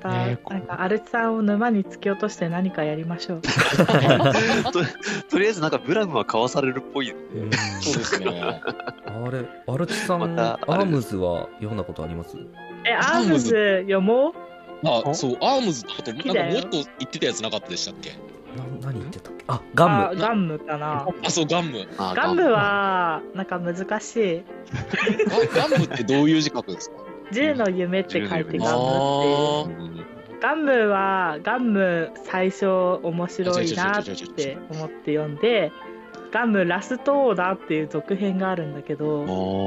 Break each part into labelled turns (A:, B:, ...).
A: た、
B: ね
A: なんかアルチさんを沼に突き落として何かやりましょ う。
C: ととりあえずなんかブラムは買わされるっぽい。
D: うん
E: そうですね。
D: あれ、アルチさん、
C: またあれ
D: アームズは読んだことあります
A: え、アームズ読もう
E: あ、そう、アームズとか、なん
A: きだよ
E: かもっと言ってたやつなかったでしたっけ
D: な何言ってたっけあ、ガ
A: あ
D: ム。
A: ガンムかな。
E: あ、そう、ガンム。
C: あー
A: ガンムは、なんか難しい。
E: ガガンムってどういう字書くんですか
A: 銃の夢って書いてガンムっていう。ガンムは、ガンム最初面白いなって思って読んで、ガンムラストオーダーっていう続編があるんだけ
E: あ
A: ど、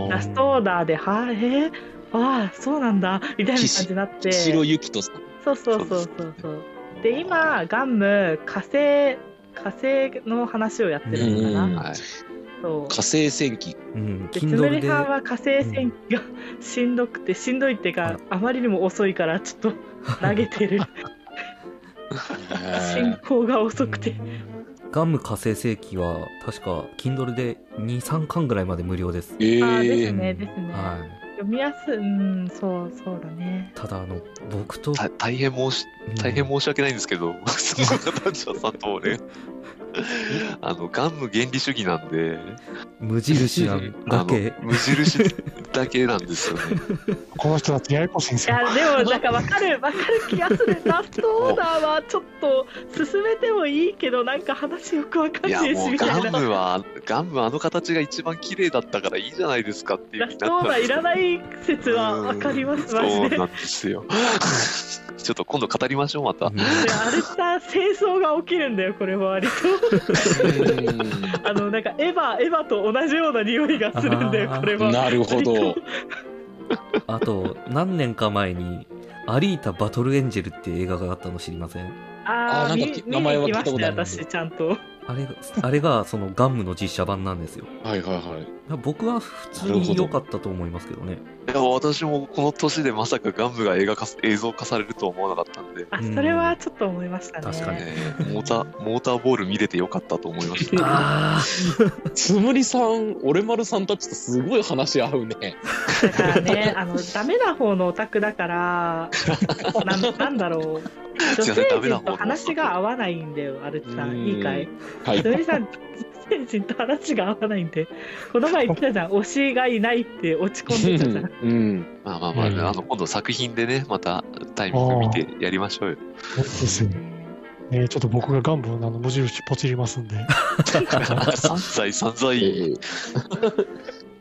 E: ー
A: ラストオーダーで、はあ、えー、ああ、そうなんだ、みたいな感じになって。
E: 白ゆきとさん。
A: そうそうそうそうそう。で今ガンム火星火星の話をやってるのか
D: うん
A: な。
C: はい、
A: そう。
E: 火星戦記。
D: うん、
A: で
D: Kindle
A: つむり
D: で。
A: さんは火星戦記がしんどくてしんどいっていう
D: あ
A: からあまりにも遅いからちょっと投げてる進行が遅くて
D: ガム火星世紀は、確か、Kindle で2、3巻ぐらいまで無料です。
E: えー
A: あーで
D: う
A: す
D: ん
A: ねですね
D: はい。
A: 読みやすうんそうそうだね
D: ただ、あの、僕と、
C: た大変申し
D: うん
C: 大変申し訳ないんですけど、 その方さんと俺、あの、ガンム原理主義なんで、
D: 無印な
C: あ
D: だ
C: の
D: け、、
C: 無印だけなんですよね。
B: この人たちややこしいんで
A: い
B: すよ。
A: やでもなんかわかるわかる気がするラストオーダーはちょっと進めてもいいけどなんか話よくわか
C: い
A: ん
C: や
A: ない
C: も
A: し
C: う
A: みた
C: ガ
A: いな
C: ンムはガンムあの形が一番綺麗だったからいいじゃないですかっていう
A: ラ
C: 風
A: ス
C: に
A: ト
C: な
A: オー
C: った
A: ダーいらないい説はわかりますマジ
C: そう
A: で
C: なんですよ ちょっと今度語りましょうまた、
D: うん
A: アルタ戦争が起きるんだよこれは割とあのなんかエヴァエヴァと同じような匂いがするんだよ
D: あー
A: これは
E: なるほど。
D: あと、何年か前に、アリータ・バトル・エンジェルっていう映画があったの知りません
A: ああ
E: あー
A: 見
E: なんか
A: 見
E: 名前は
A: に行きましたよ
D: 聞いたことある
A: 私ちゃんと
D: あれが、あれが、その、ガムの実写版なんですよ。
E: はいはいはい。
D: 僕は普通に良かったと思いますけどね。
C: いや私もこの年でまさかガンムが映画化す映像化されるとは思わなかったんで、
A: あ
D: うん
A: それはちょっと思いましたね
D: 確かに
C: ねモーターモーターボール見れてよかったと思いま した
D: あ
E: つむりさん、オレマルさんたちとすごい話し合うね。
A: だから ねあのダメな方のオタクだからななんだろう女
C: すいません
A: 性
C: ダメ
A: 陣
C: な方
A: と
C: の
A: 話が合わないんだよアルチさ
E: うんん
A: いいかい
E: はい
A: つ。むりさん女性陣と話が合わないんでこの前言ってたじゃん推しがいないって落ち込んでたじゃん
E: うん。
C: まあまあまあ、
B: うん
C: あの今度作品でねまたタイミング見てやりましょうよ
B: ですよね。えーちょっと僕がガンブのあの無印ポチります んで。
C: 散財散財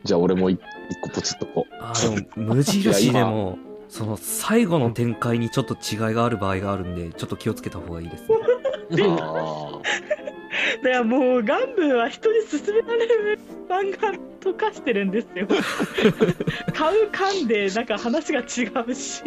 E: じゃあ俺も一個ポチっとこう。
D: あ、でも、無印でも、その、最後の展開にちょっと違いがある場合があるんで、ちょっと気をつけた方がいいですね。
C: あ
A: だからもうガンブは人に勧められる漫画とかしてるんですよ買う噛んでなんか話が違うし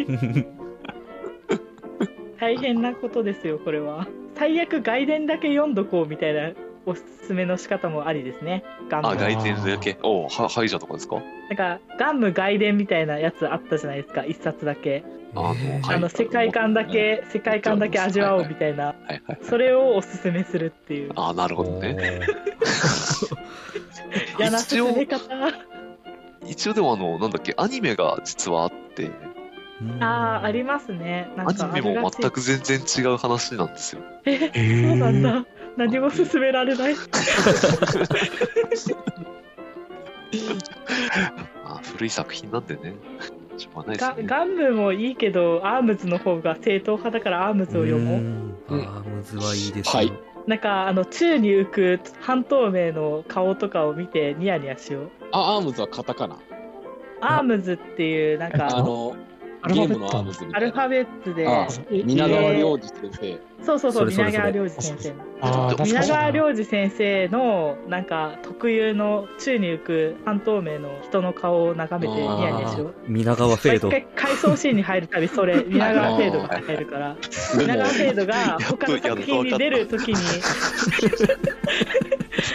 A: 大変なことですよこれは最悪外伝だけ読んどこうみたいなおすすめの仕方もありですねガン
C: あ
A: ム
C: 外伝だけおうはハイジャーとかですか
A: なんかガンム外伝みたいなやつあったじゃないですか一冊だけ、
C: あの
D: えー
C: はい
A: あの世界観だけ世界観だけ味わおうみたいな
C: はいはい
A: それをおすすめするっていう
C: ああなるほどね
A: 嫌な
C: 一
A: 勧め
C: 応
A: 方
C: 一応でもあのなんだっけアニメが実はあって
D: うん
A: ああありますねなん
C: ア
A: か
C: ニ
A: あ
C: メ
A: るら
C: も
A: しい
C: 全く全然違う話なんですよ
A: え
B: え ー
A: そうなんだ。何も勧められない。
C: まあ古い作品なんでねしょうがないで
A: ガ
C: すね
A: ガンムもいいいけど、アームズの方が正統派だからアームズを読もう。
D: んあー、むずはいいですよ。
E: はい
A: なんか、あの、宙に浮く半透明の顔とかを見てニヤニヤしよう。
E: あ、アームズはカタカナ。
A: アームズっていう、なん
E: あ
A: か、
E: の、
B: アル
E: ゲ
B: フ
E: ー
B: ァベ
E: ム
B: ッ
E: の
B: ト
E: アー
B: の
E: ム。ズみ
A: ア
E: た
A: ル
E: い
A: ファ
E: な。
A: ベットで、
E: あ
A: い
E: 皆川良二先生。
A: そうそうそう、
D: それ
A: 皆
D: それそ
A: 川
D: れ
A: 良二先生の。
B: ああ、懐か
A: 皆
B: しいな
A: 川良二先生の、なんか、特有の宙に浮く半透明の人の顔を眺めてニヤニヤしよう。
D: あー皆川フェード。
A: 毎回回想シーンに入るたびそれ皆川フェードが入るから
E: で
A: 皆
E: も
A: 川フェードが他の作品に出るときに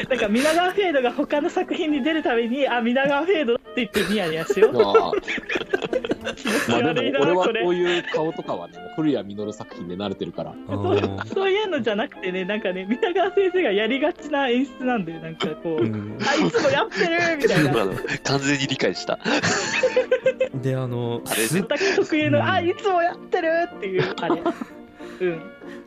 A: なんか皆川フェードが他の作品に出るたびにあ皆川フェードだって言ってニヤニヤしよう
E: あ まあで
A: 悪い
E: も
A: な
E: 俺は
A: これ
E: こういう顔とかはね、古谷実作品で慣れてるから。
D: あー
A: そういうのじゃなくてね、なんかね、三田川先生がやりがちな演出なんだよ、なんかこう、
D: うん
A: あ、いつもやってるみ たいな。
C: あの完全に理解した。
D: で、あの、
C: あれ
D: す
A: 私特有
D: う
A: の、
D: ん
A: あ、いつもやってるっていう、あれ。うん。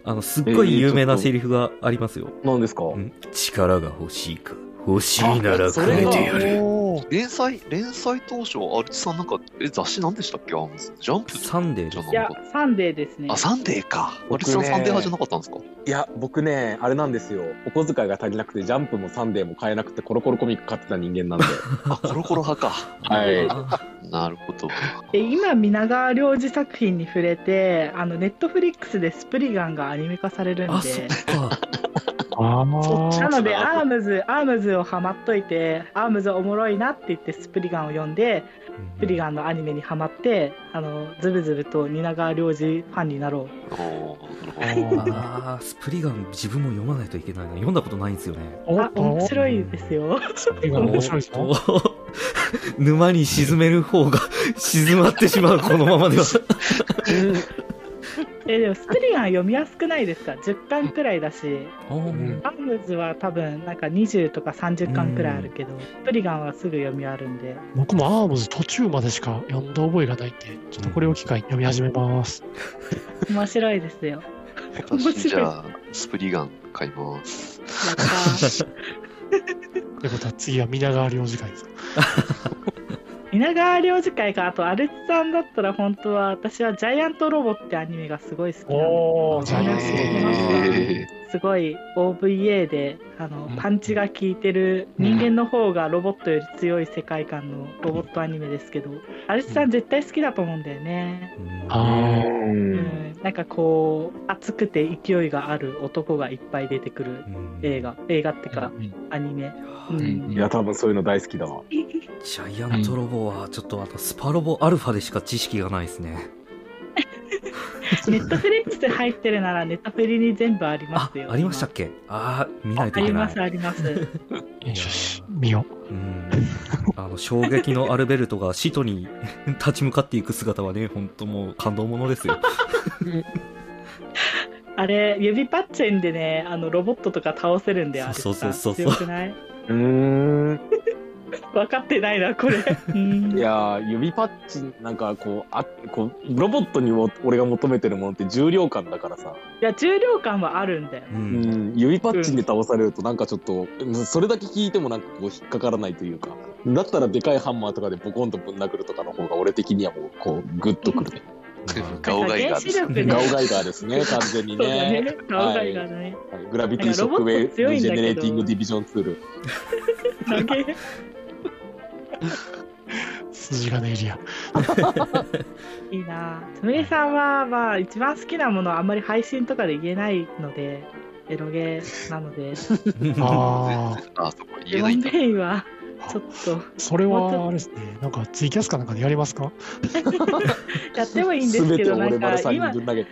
D: あのすっごい有名なセリフがありますよ。
E: なんですか
D: うん力が欲しいか。欲しいなら
E: あそ
D: く
E: れが
D: れてやる。
B: おー
C: 連載、連載当初、アルチさんなんか、え、雑誌何でしたっけあのジャンプ
D: サンデー
C: じ
D: で
C: ゃ
D: す
C: ない
A: や、サンデーですね。
C: あ、サンデーか。アル
E: 僕
C: チ
E: ね
C: さんサンデー派じゃなかったんですか
E: いや、僕ね、あれなんですよ。お小遣いが足りなくて、ジャンプもサンデーも買えなくて、コロコロコミック買ってた人間なん で。
C: あ、コロコロ派か。
E: はい
D: あ
C: なるほど。
A: で今、皆川良二作品に触れて、あの、ネットフリックスでスプリガンがアニメ化されるん
D: あ、そ
A: で
D: っ。か。
B: あ
C: そっち
A: なので、
C: そう
B: ー
C: なんだ
A: アームズ、アームズをハマっといて、アームズおもろいなって言って、スプリガンを読んで、スプリガンのアニメにハマって、あの、ズブズブと蜷川良二ファンになろ
C: おーなるほど。
D: あースプリガン自分も読まないといけないな読んだことないんですよね
A: う。
B: お
A: あ
B: っ、と
A: 面白いですよ。
B: 今の面白いですね。
D: 沼に沈める方が 沈まってしまうこのままでは
A: え、でも、スプリガン読みやすくないですか ?10 巻くらいだし、アームズは多分、なんか20とか30巻くらいあるけど、スプリガンはすぐ読み終わるんで。
B: 僕もアームズ途中までしか読んだ覚えがないんで、ちょっとこれを機会に読み始めます。
A: 面白いですよ。面白い
C: 私、じゃあ、スプリガン買います。
A: やった。
B: ということは次は皆川領事会です。
A: 稲川良次会か、あと、アルツさんだったら、本当は、私はジャイアントロボってアニメがすごい好きなんで
B: お
D: ー
B: ー、
D: ジ
B: ジ
D: ャ
B: ャ
D: イ
B: イ
D: ア
B: ア
D: ン
B: ン
D: ト
B: ト
D: ロ
B: ロ
D: ボ
C: え
A: すごい OVA であの
D: うん
A: パンチが効いてる人間の方がロボットより強い世界観のロボットアニメですけどアルチさん絶対好きだと思うんだよね、
D: あ
A: うんなんかこう熱くて勢いがある男がいっぱい出てくる映画映画ってかアニメう
E: うんんいや、多分そういうの大好きだわ。
D: ジャイアントロボはちょっとあのスパロボアルファでしか知識がないですね
A: ネットフリックス入ってるならネタフリに全部ありま
D: あ
A: すよ
D: ありましたっけああ見ないと
A: あ
D: いけ
A: り
D: な
A: ま
D: い
A: すあります
B: よし、見よ
D: うんあの衝撃のアルベルトが使徒に 立ち向かっていく姿はね本当もう感動ものですよ
A: あれ指パッチェンでねあのロボットとか倒せるんだよアル
D: そう
A: チさ
D: そうんそうそう
A: 強くないう
E: ーん。
A: 分かってないなこ れ、うん
E: いやー、指パッチンなんかこう、あこうロボットにも俺が求めてるものって重量感だからさ、
A: いや重量感はあるんだよ
D: う
E: うんん、指パッチンで倒されるとなんかちょっと、うんそれだけ聞いてもなんかこう引っかからないというか、だったらでかいハンマーとかでボコンとぶん殴るとかの方が俺的にはもうこうグッとくるね。
C: ーガオガイガーです
A: 原子力ね
E: ガオガイガーです ね、完全に
A: そうだ
E: ね。
A: ねガオガイガーだね
E: はいグラビティショック
A: なんかロ
E: ウ
A: ボット
E: ェイ
A: 強い
E: リ
A: ん
E: ジ
A: だ
E: ェ
A: けど
E: ネレーティングディビジョンツール。
A: 投げ
B: う。筋金入りや。
A: いいなつむぎさんはまあ一番好きなものはあんまり配信とかで言えないのでエロゲーなので
B: あ ー、
C: あ、そこ言
A: レ
C: え
A: モ
C: ないん
A: ン
C: だ。
A: デイはちょっと
B: それはあれですね、なんかツイキャスかなんかでやりますか
A: やってもいいんですす
E: べ
A: け
E: て
A: ど
E: を
A: な
E: 俺
A: ん
E: 丸
A: か
E: さんに
A: 今い
E: ぶん投げて。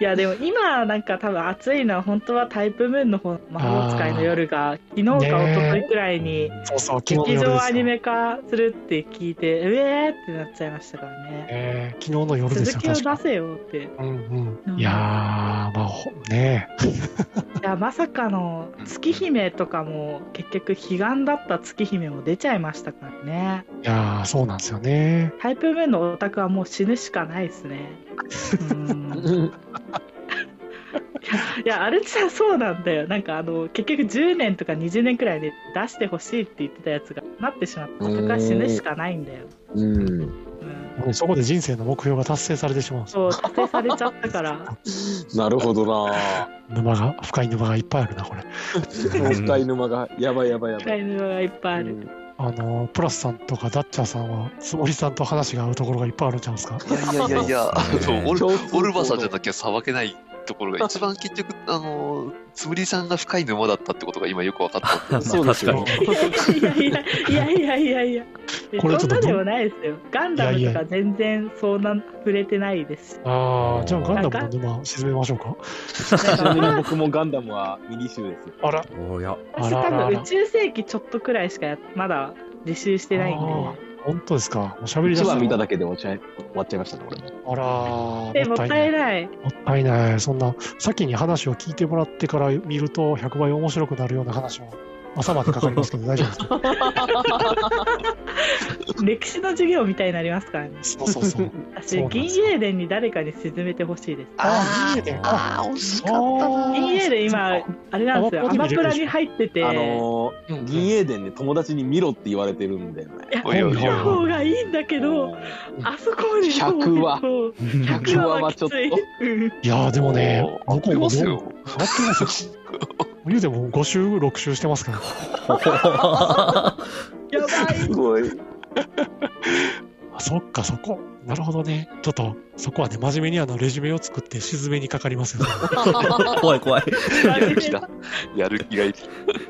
A: やでも今なんか多分暑いのは本当はタイプムーンの方魔法使いの夜が昨日か一昨日くらいに
B: そうそう、昨日
A: 劇
B: の夜で
A: 場
B: す
A: ア
B: よ
A: ニ。メ化するって聞いてうえーってなっちゃいましたからね
B: えー昨日の夜です
A: 続
B: よ、
A: きを出
B: 確か。
A: せよって
B: うん
A: う
B: うんん。いやー、まあ、ほねえ
A: いやまさかの月姫とかも結局悲願だった月姫も出ちゃいましたからね
B: いやー、そうなんですよね。
A: タイプ目のオタクはもう死ぬしかないです ねうんいやアルチさんそうなんだよなんかあの結局10年とか20年くらいで出してほしいって言ってたやつがなってしまったオタクは死ぬしかないんだよ、
E: うん。
A: うん、
B: もうそこで人生の目標が達成されてしまうんですよ。
A: そう達成されちゃったから
E: なるほどな
B: 沼が、深い沼がいっぱいあるな、こ れ。
E: ぁ。深い沼が、やばいやばいやば
A: 使
E: い。
A: い沼がいっぱいある、
E: うん
B: あの、プラスさんとかダッチャーさんは、つもりさんと話が合うところがいっぱいあるんじゃないですか。
C: いやいやいやいや、あ
D: そう
C: の、オル
E: 共通項の
C: オルバさんじゃなきゃさばけないところが、一番結局、あの、つむりさんが深い沼だったってことが今よく分かったんで。
D: まあ
E: そうです
D: 確か
E: よ
D: に。
A: いやいやいやいやいやいやいや
B: これ
A: そ
B: ちょ
A: んな
B: っとど
A: でもないですよガンダム
B: い
A: と
B: やい
A: か
B: や
A: 全然そんな触れてないですし
B: ああ、じゃあガンダムの沼沈めましょうか。
E: ちなみに僕もガンダムはミニ 集ですよ。
B: あら、
D: おや
A: 私
B: あら
A: 多
B: あらあ
A: 分
B: ら
A: 宇宙世紀ちょっとくらいしかやまだ履修してないんで
B: あ本当ですか。もう喋り出
E: 一
B: す
E: 話見ただけで終わっちゃい終わっちゃいましたね、俺も。
B: あらー
A: え、
B: も
A: も
B: っ
A: った
B: い
A: た
B: な
A: い。な
B: い
A: い。
B: もったいない。そんな、先に話を聞いてもらってから見ると、100倍面白くなるような話は、朝までかかりますけど、大丈夫です か
A: 歴史の授業みたいになりますからね。
B: そうそうそう。
A: 私
B: そうなんで
A: 銀
B: すよ
A: 英伝に誰かに沈めてほしいです。
B: ああ、見えてるあ
C: ああ、惜し
B: あ
A: 銀英伝今あれなんですよ。
B: ア
A: ア
B: マ
A: マ
B: プ
A: プ
B: ラ
A: ラ
B: で見れるでしょ
A: に入ってて、
E: あのー
B: うんうん
E: 銀英伝で友達に見ろって言われてるんだよね。
C: おいおいおい
A: 見た方がいいんだけど、あそこまで見た方が
E: 100は
A: そう
E: 100
A: 100
E: 話
A: 話
E: は
A: は
E: きつ
A: き
E: い
A: つい。うん
B: いやーでもね、
C: 合っ
B: 僕
C: てま
B: もね
C: すよ。
B: 合ってますよ。言うても5週、6週してますから。
A: やばい。
E: ごい。
B: あそっか、そこ。なるほどね。ちょっと、そこはね、真面目にあの、レジュメを作って、沈めにかかりますよ、ね。
D: 怖い怖い。
C: や る気だ。やる気がいる。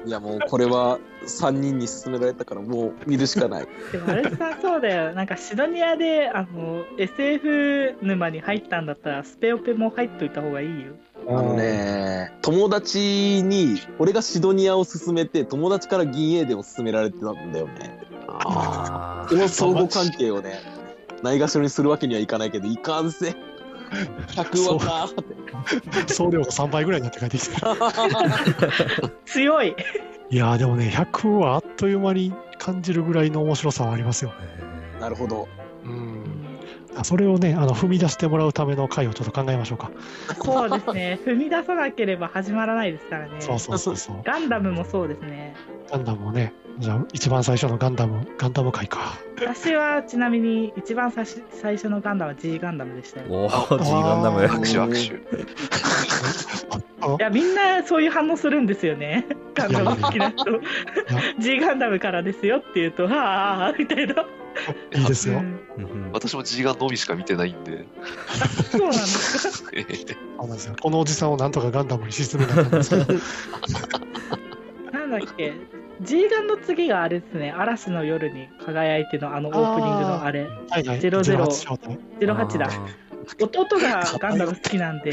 E: いやもうこれは3人に勧められたからもう見るしかない。
A: でもあれさそうだよなんかシドニアであの SF 沼に入ったんだったらスペオペも入っといた方がいいよ
E: あのね、友達に俺がシドニアを勧めて友達から銀英伝を勧められてたんだよね。
D: あ
E: この相互関係をね、ないがしろにするわけにはいかないけどいかんせん。100話か
B: 送料が3倍ぐらいになって帰ってきてる。
A: 強い
B: いやーでもね、100はあっという間に感じるぐらいの面白さはありますよ。
D: ー
E: なるほ。ど。
B: うん。それをね、あの、踏み出してもらうための回をちょっと考えましょうか。
A: そうですね踏み出さなければ始まらないですからね
B: そうそうそうそう。
A: ガンダムもそうですね
B: ガンダムをね、じゃあ、一番最初のガンダム、ガンダム回か。
A: 私はちなみに一番最初最初のガンダムは G ガンダムでしたよ
D: おー、G ガンダム。
B: あ
C: 握手握手。
A: いやみんなそういう反応するんですよねガンダム好きな人 G ガンダムからですよって言うとはあみたいな、
B: いいです
A: う
B: よ。
A: ん
D: うんうん
C: 私も G ガンのみしか見てないんで。
A: そうなんですか
B: そうなんですよこのおじさんをなんとかガンダムに沈めなかったんですけど、
A: なんだっけ G ガンの次があれですね嵐の夜に輝いてのあのオープニングのあれ
B: はいはい、
A: 00
B: 08招待。
A: 08だ
D: あ
A: 弟がガンダム好きなんで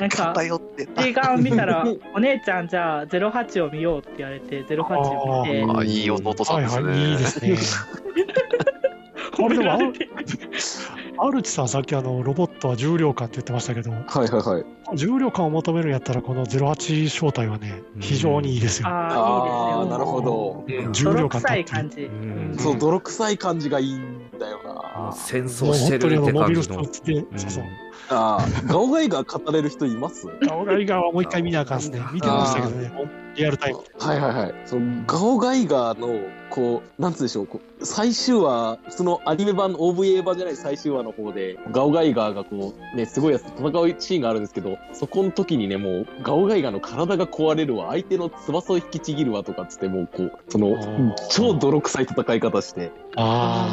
A: なんか
C: 偏ってた
A: G ガンを見たら「お姉ちゃんじゃあ08を見よう」って言われて08を見て
C: あ、いい弟さ
B: は
C: ん
B: い
C: です
B: は
C: ね。
B: い、いいですね。
A: 褒められて
B: アルチさん、さっきあの、ロボットは重量感って言ってましたけど、
E: はいはいはい。
B: 重量感を求めるんやったら、この08招待はね
D: う、ん
B: 非常にいい ですよ。
A: ああいいですね
E: あーなるほど。
D: ー
B: 重
A: 泥
B: 量感
A: 臭
B: だ
A: い
B: っていう
A: 感じ、
D: ん
E: そう泥臭い感じがいいんだよ
D: もう
E: な。
D: 戦
B: も
D: 争
B: う
D: して
B: 本当にあ
D: るって感じ
B: のモビルス
D: の。
B: ーツで、そうそう。
E: ああ、ガオガイが語れる人います。
B: ガオガイガーはもう一回見なあかんっすね。見てましたけどね、リアルタイム。
E: はいはいはい。そのガオガイガーの、こう、なんつうでしょう、こう最終話、そのアニメ版、OVA 版じゃない最終話の方で、ガオガイガーがこう、ね、すごいやつと戦うシーンがあるんですけど、そこの時にね、もう、ガオガイガーの体が壊れるわ、相手の翼を引きちぎるわとかっつって、もうこう、その
B: ー、
E: 超泥臭い戦い方して、
B: あ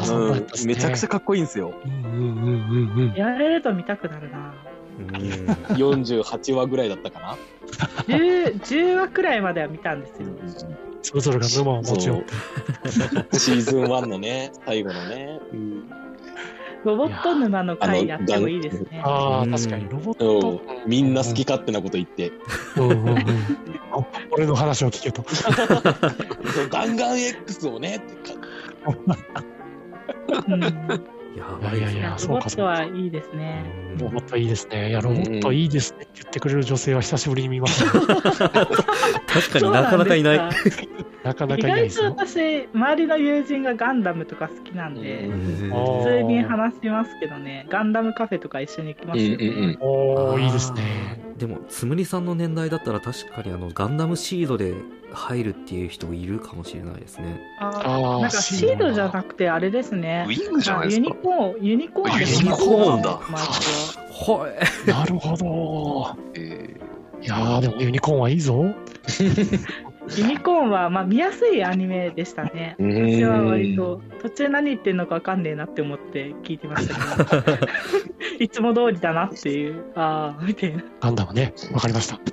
A: ー
B: あ、
E: う
B: そうだっ
E: ん
B: たっすね。
E: めちゃくちゃかっこいいんですよ。
B: うんうんうんうんうん。
A: やられると見たくなるな
D: うん
E: 48話ぐらいだったかな。
A: 10, 10話くらいまでは見たんですよ
B: それぞれが沼を持ち寄って。
E: シーズン1のね、最後のね。うん
A: ロボット沼の回やってもいいですね
B: ああ、
D: うん
B: 確かに、ロボッ
E: うん
B: ト。
E: みんな好き勝手なこと言って、
B: うんうんうん。お俺の話を聞けと。
E: ガンガン X をねってか
A: うん
D: や
B: いや
D: ば
B: いや
D: い
B: い
D: い
A: いや
B: や、
A: ロ
B: そう
A: ボ
B: か
A: ッ
B: そ
A: ト
B: う
A: は
B: か。
A: いいですね
B: ロボットいいですね。いや、ロボットいいですねって言ってくれる女性は久しぶりに見ました。
D: 確かになかなかいない。
A: そうですか
B: なかな
A: 意
B: かいないで
A: 外
B: す
A: と
B: よ。
A: 私周りの友人がガンダムとか好きなんで、
E: うん
D: うん
A: 普通に話しますけどねガンダムカフェとか一緒に行きますよ、ね
B: おお、いいですね。
D: あー。でも、つむりさんの年代だったら確かにあの、ガンダムシードで入るっていう人いるかもしれないですね。
A: あ
B: あ
A: ーな
B: あ、
A: んかシードじゃなくてあれですね
C: ウィングじゃ
A: あ
C: ないで
A: ユニ
C: すか。
A: コーンユニコーンですね
B: ユニ
C: コーンだ
A: マークは
D: ほえ。
B: なるほど。
C: えー
B: いやー、でもユニコーンはいいぞ。
A: ユニコーンはまあ見やすいアニメでしたね私は割と途中何言ってんのかわかんねえなって思って聞いてましたけ どいつも通りだなっていうああみたいな
B: ガンダムね。わかりました。
C: わか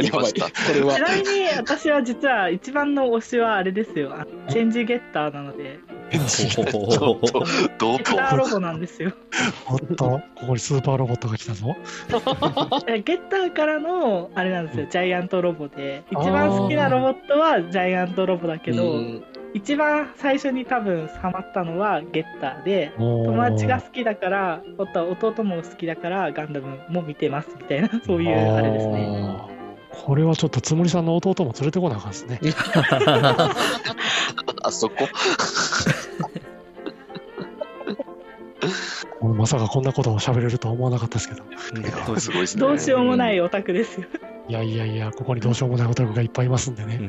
C: りました
E: や。ばいこれは
A: ちなみに私は実は一番の推しはあれですよ。あのチェンジゲッターなので、
C: ちょっと、ど
A: ゲッターロボなんですよ。
B: おっと、ここにスーパーロボットが来たぞ。
A: えゲッターからのあれなんですよ、ジャイアントロボで。一番好きなロボットはジャイアントロボだけど、一番最初に多分ハマったのはゲッターで友
B: 友
A: 達が好きだからおと弟も好きだからガンダムも見てますみたいなそういうあれですね
B: これはちょっとつむりさんの弟も連れてこなあかんですね。
C: あそこ
B: 俺まさかこんなことを喋れるとは思わなかったですけど。
D: うん
C: すごいですね。
A: どうしようもないオタクですよ
B: いやいやいや、ここにどうしようもないオタクがいっぱいいますんでね。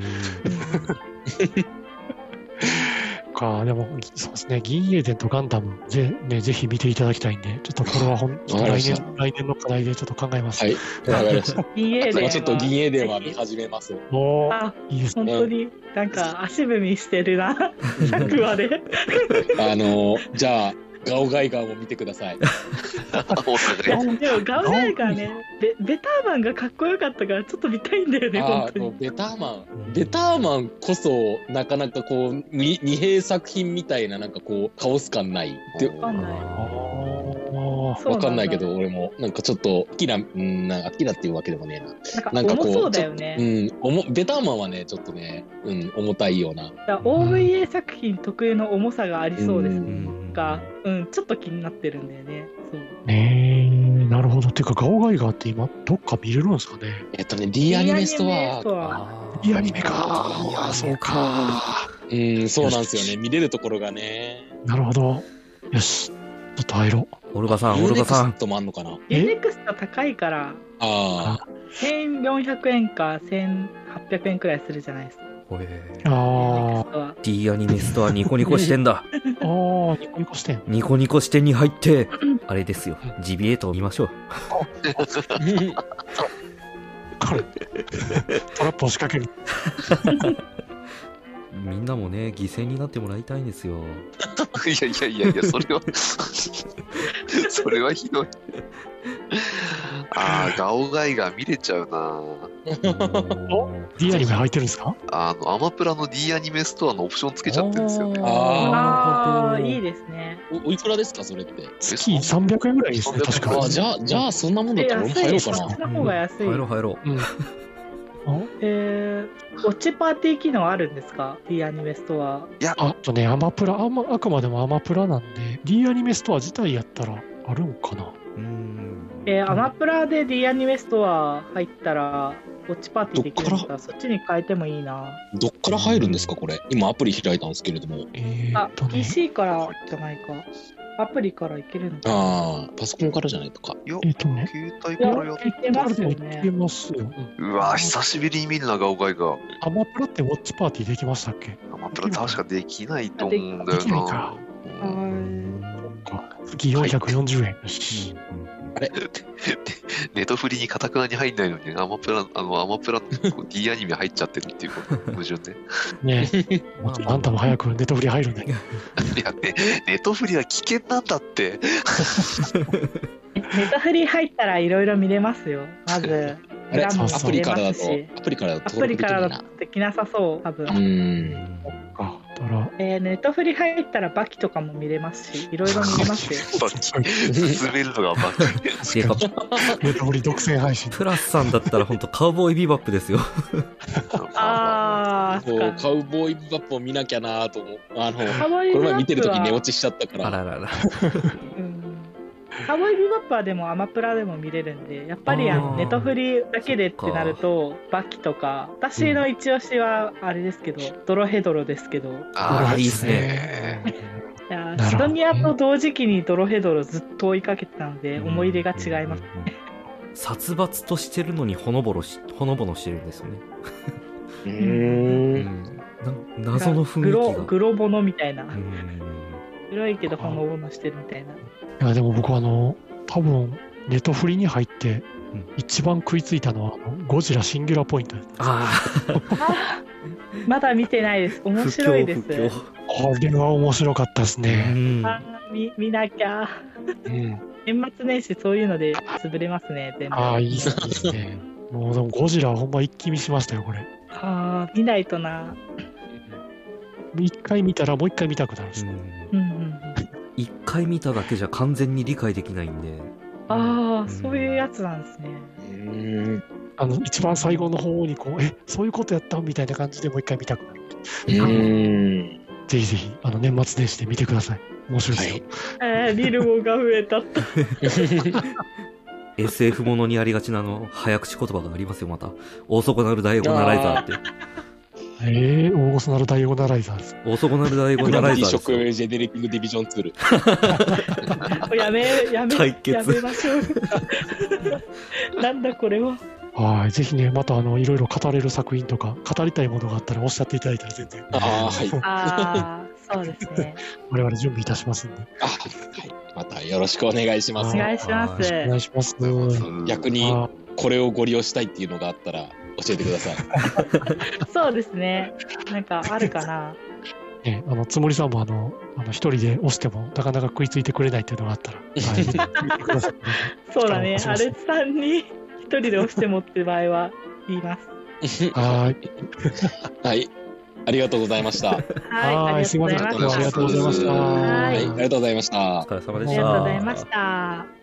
B: か、でも、そうですね、銀英伝とガンダムぜ、ね、ぜひ見ていただきたいんで、ちょっとこれ はほん、ちょっ
E: わ
B: と
E: かりま
B: 来
E: した
B: 年、来年の課題でちょっと考えます。
E: はい。わかりました。
A: 銀英
E: じ
A: 伝
E: ゃ
A: は
E: あちょっと銀英伝は見始めます。
B: おー
A: あ
B: いいですね。
A: 本当になんか足踏みしてるな100話で
E: あのー、じゃあ、ガオガイガーも見てください。
A: い
C: お
A: や
C: 互い。
A: でもガウガイがねベベターマンがかっこよかったからちょっと見たいんだよね
E: あ
A: 本
E: ー
A: 当
E: も
A: に
E: うベターマン、ベターマンこそ、なかなかこう、に二兵作品みたいな、なんかこう、カオス感ない。で
A: わかんない
B: おー
A: そう
E: わ
A: んだ
E: かんないけど、俺も、なんかちょっと、好きな、うん、なんか好きだっていうわけでもねえ
A: な
E: な。なんん
A: か
E: かこう
A: 重そうだよね
E: うん、おもベターマンはね、ちょっとね、うん、重たいような。
A: だから OVA 作品特有の重さがありそうです、
E: うん
A: が、うん、ちょっと気になってるんだよね。そう
B: ねえ、なるほど。っていうか、ガオガイガーって今、どっか見れるんですかね。
E: えっとね、D アニメストア、
B: いい
D: や
B: アニメか。いや、そうか。
E: うん、そうなんですよね。見れるところがね。
B: なるほど。よし、ちょっと入ろう。
D: オルガさん、オルガさん。
E: ともあんのかな。
B: え
A: ユネクスト高いから、
E: あ
A: 1400円か1800円くらいするじゃないですか。
D: ほえ
A: ユネ
B: あ
A: クストは
D: D アニメストアニコニコしてんだ。
B: ー、あー、ニコニコしてん。
D: ニコニコ視点に入って、あれですよ。ジビエートを見ましょう。
E: あ。
B: 彼、トラップを仕掛ける。
D: みんなもね、犠牲になってもらいたいんですよ。
C: いやいやいやいや、そ れは、それはひどい。ああ、ガオガイが見れちゃうな。
B: D アニメ入ってるんですか
C: あの、アマプラの D アニメストアのオプションつけちゃってるんですよね。
A: あ
D: あ
A: あ、
D: ー
A: いいですね。
E: おおいくらですか、それって。
B: 月300円ぐらいですね、確
E: あ
B: か
E: あ、じゃあ、じゃあ、そんなもんだっ
A: で
E: たら
A: 安い
E: 俺も入ろ
A: で
E: う
A: す。
E: か
A: そっ
E: な
A: ち。の方が安い
D: 入。ろう入ろう。
B: うん。あ
A: えー、ウォッチパーティー機能あるんですか ?D アニメストア。
B: あとね、アマプラあ、まあくまでもアマプラなんで、D アニメストア自体やったらあるんかな。
D: うん
A: えー、アマプラで D アニメストア入ったら、ウォッチパーティーできるんですかそっちに変えてもいいな。
E: どっから入るんですか、これ。今、アプリ開いたんですけれども。
B: えー
A: あ
B: っと、ね、
A: PC からじゃないか。アプリからいけるのか。
E: ああ、パソコンからじゃないとか。
C: いや
B: えっとね、
C: 携帯
A: いや
C: からやっ
A: いけますよ
B: い
A: ね
B: け。ますよ。うん
C: うわー久しぶりに見るな、ガオガイが。
B: アマプラってウォッチパーティーできましたっけ
C: アマプラ確かできないと思うんだ
B: で
C: よ
B: きない
C: な
B: か。。
C: うん
B: か月440円。よし
C: ネトフリにかたくなに入んないのに、アマプラ、あの、アマプラ、こう D アニメ入っちゃってるっていうこの矛盾 ね。
B: ねえ、もうちょっとあんたも早くネトフリ入るね。
C: いや、ね、ネトフリは危険なんだって。
A: ネタフリ入ったらいろいろ見れますよ。まず、
E: あれ、
A: ガ
E: ア
A: ンも
E: プリからだ
A: 見れま
E: と
A: すし、
E: アプリからだ
A: ア
E: と
A: プ
E: 登
A: リ
E: 録で
A: か
E: きな
A: らだ
E: いな
A: と。できなさそう、多分。
E: うん。
B: あ、だから、
A: えーネットフリ入ったらバキとかも見れますし、いろいろ見れますよ。
C: バキ。進めるのがバキ。
D: てか、
B: ネトフリ独占配信。
D: プラスさんだったら本当カウボーイビバップですよ。
A: あー、
E: そ
A: そっ
E: う
A: か。
E: カウボーイビバップを見なきゃなーと思う。あの、
A: カウ
E: こ
A: ボーイビバップ
E: の前
A: は
E: 見てるとき寝落ちしちゃった か
D: あ
E: ら。
D: ららら。
A: うんカウボーイビバップはでもアマプラでも見れるんで、やっぱりあ
D: あ
A: の
D: ー
A: ネトフリだけでってなると、バキとか、私の一押しはあれですけど、ドロヘドロですけど、
D: あ
C: あ
D: ーいいっす
C: ね。
A: いや
B: なる
A: シ
B: ほど
A: ドニアと同時期にドロヘドロずっと追いかけてたので、
D: うん
A: 思い出が違います。。
D: 殺伐としてるのにほのぼろし、ほのぼのしてるんですよね。
E: う。
D: うんん。な謎の雰
A: グロ
D: 囲気
A: グロボノみたいな
D: が。う。ん
A: 黒いけどほのぼのしてるみたいな。
B: いや、でも僕はあの、多分、ネトフリに入って
D: うん、
B: 一番食いついたのは、あのゴジラシンギュラポイントです。
D: あ
A: まだ見てないです。
D: あ、
A: 面白いです。
D: 不況不
B: これは面白かったです
D: 況
B: ね。
D: うん
A: あーみ見なきゃ。
B: うん。
A: 年末年始そういうので潰れますね、全部。
B: ああ、いいっすねいいっすね。もう、でもゴジラはほんま一気見しましたよ、これ。
A: あー見ないとな。
B: 一回見たらもう一回見たくなるんですね。
A: うんうんうん。
D: 一回見ただけじゃ完全に理解できないんで。
A: あ
D: ん
A: あ、そういうやつなんですね。
E: うん
B: あの、一番最後の方にこう、え、そういうことやったんみたいな感じでもう一回見たくな
C: う
B: る。
C: ん。
B: ぜひぜひ、あの、年末年始で見てください。面白いですよ。
A: えー、見るもが増えた った。
D: SF ものにありがちなあの、早口言葉がありますよ、また。オーソコナルダイオゴナライザーって。
B: えー、オーゴソナルダイオゴナライザーです。
D: オーソコナルダイオゴ
E: グ
D: ナ
E: ラ
D: ラ
E: ビ
D: イ
E: ティ
D: ザー
E: ショ
D: で
E: ッ
D: すよ。
E: クジェネリックディビジョンツール。
A: やめ、やめ、
D: 対決
A: やめましょう。なんだこれは。
B: はい。ぜひね、また、あの、いろいろ語れる作品とか、語りたいものがあったらおっしゃっていただいたら全然、
E: ああ、はい。
A: ああ、そうですね。
B: 我々準備いたしますんで。
E: あはい。またよろしくお願いしま
A: お
E: す。
A: 願いしま
B: お願
A: す。
B: いします。
E: 逆に
B: あ
E: これをご利用したいっていうのがあったら教えてください。
A: そうですね。なんかあるかな。
B: ね、あの、つもりさんも、あの、あの一人で押しても、なかなか食いついてくれないっていうのがあったら、はい。見てみてください。
A: そうだね
B: あ。そう
A: ア
B: そう
A: レツさんに一人で押してもって場合は言います。
B: はい。
E: はい。ありがとうございました。はい。
A: はい、ありがとうございまし
B: はいすいません。どうもありがとうございました。
A: はい
E: ありがとうございました
D: お。疲れ様
A: た。あ
D: で
A: り
D: し
A: が
D: た。
A: とうございました。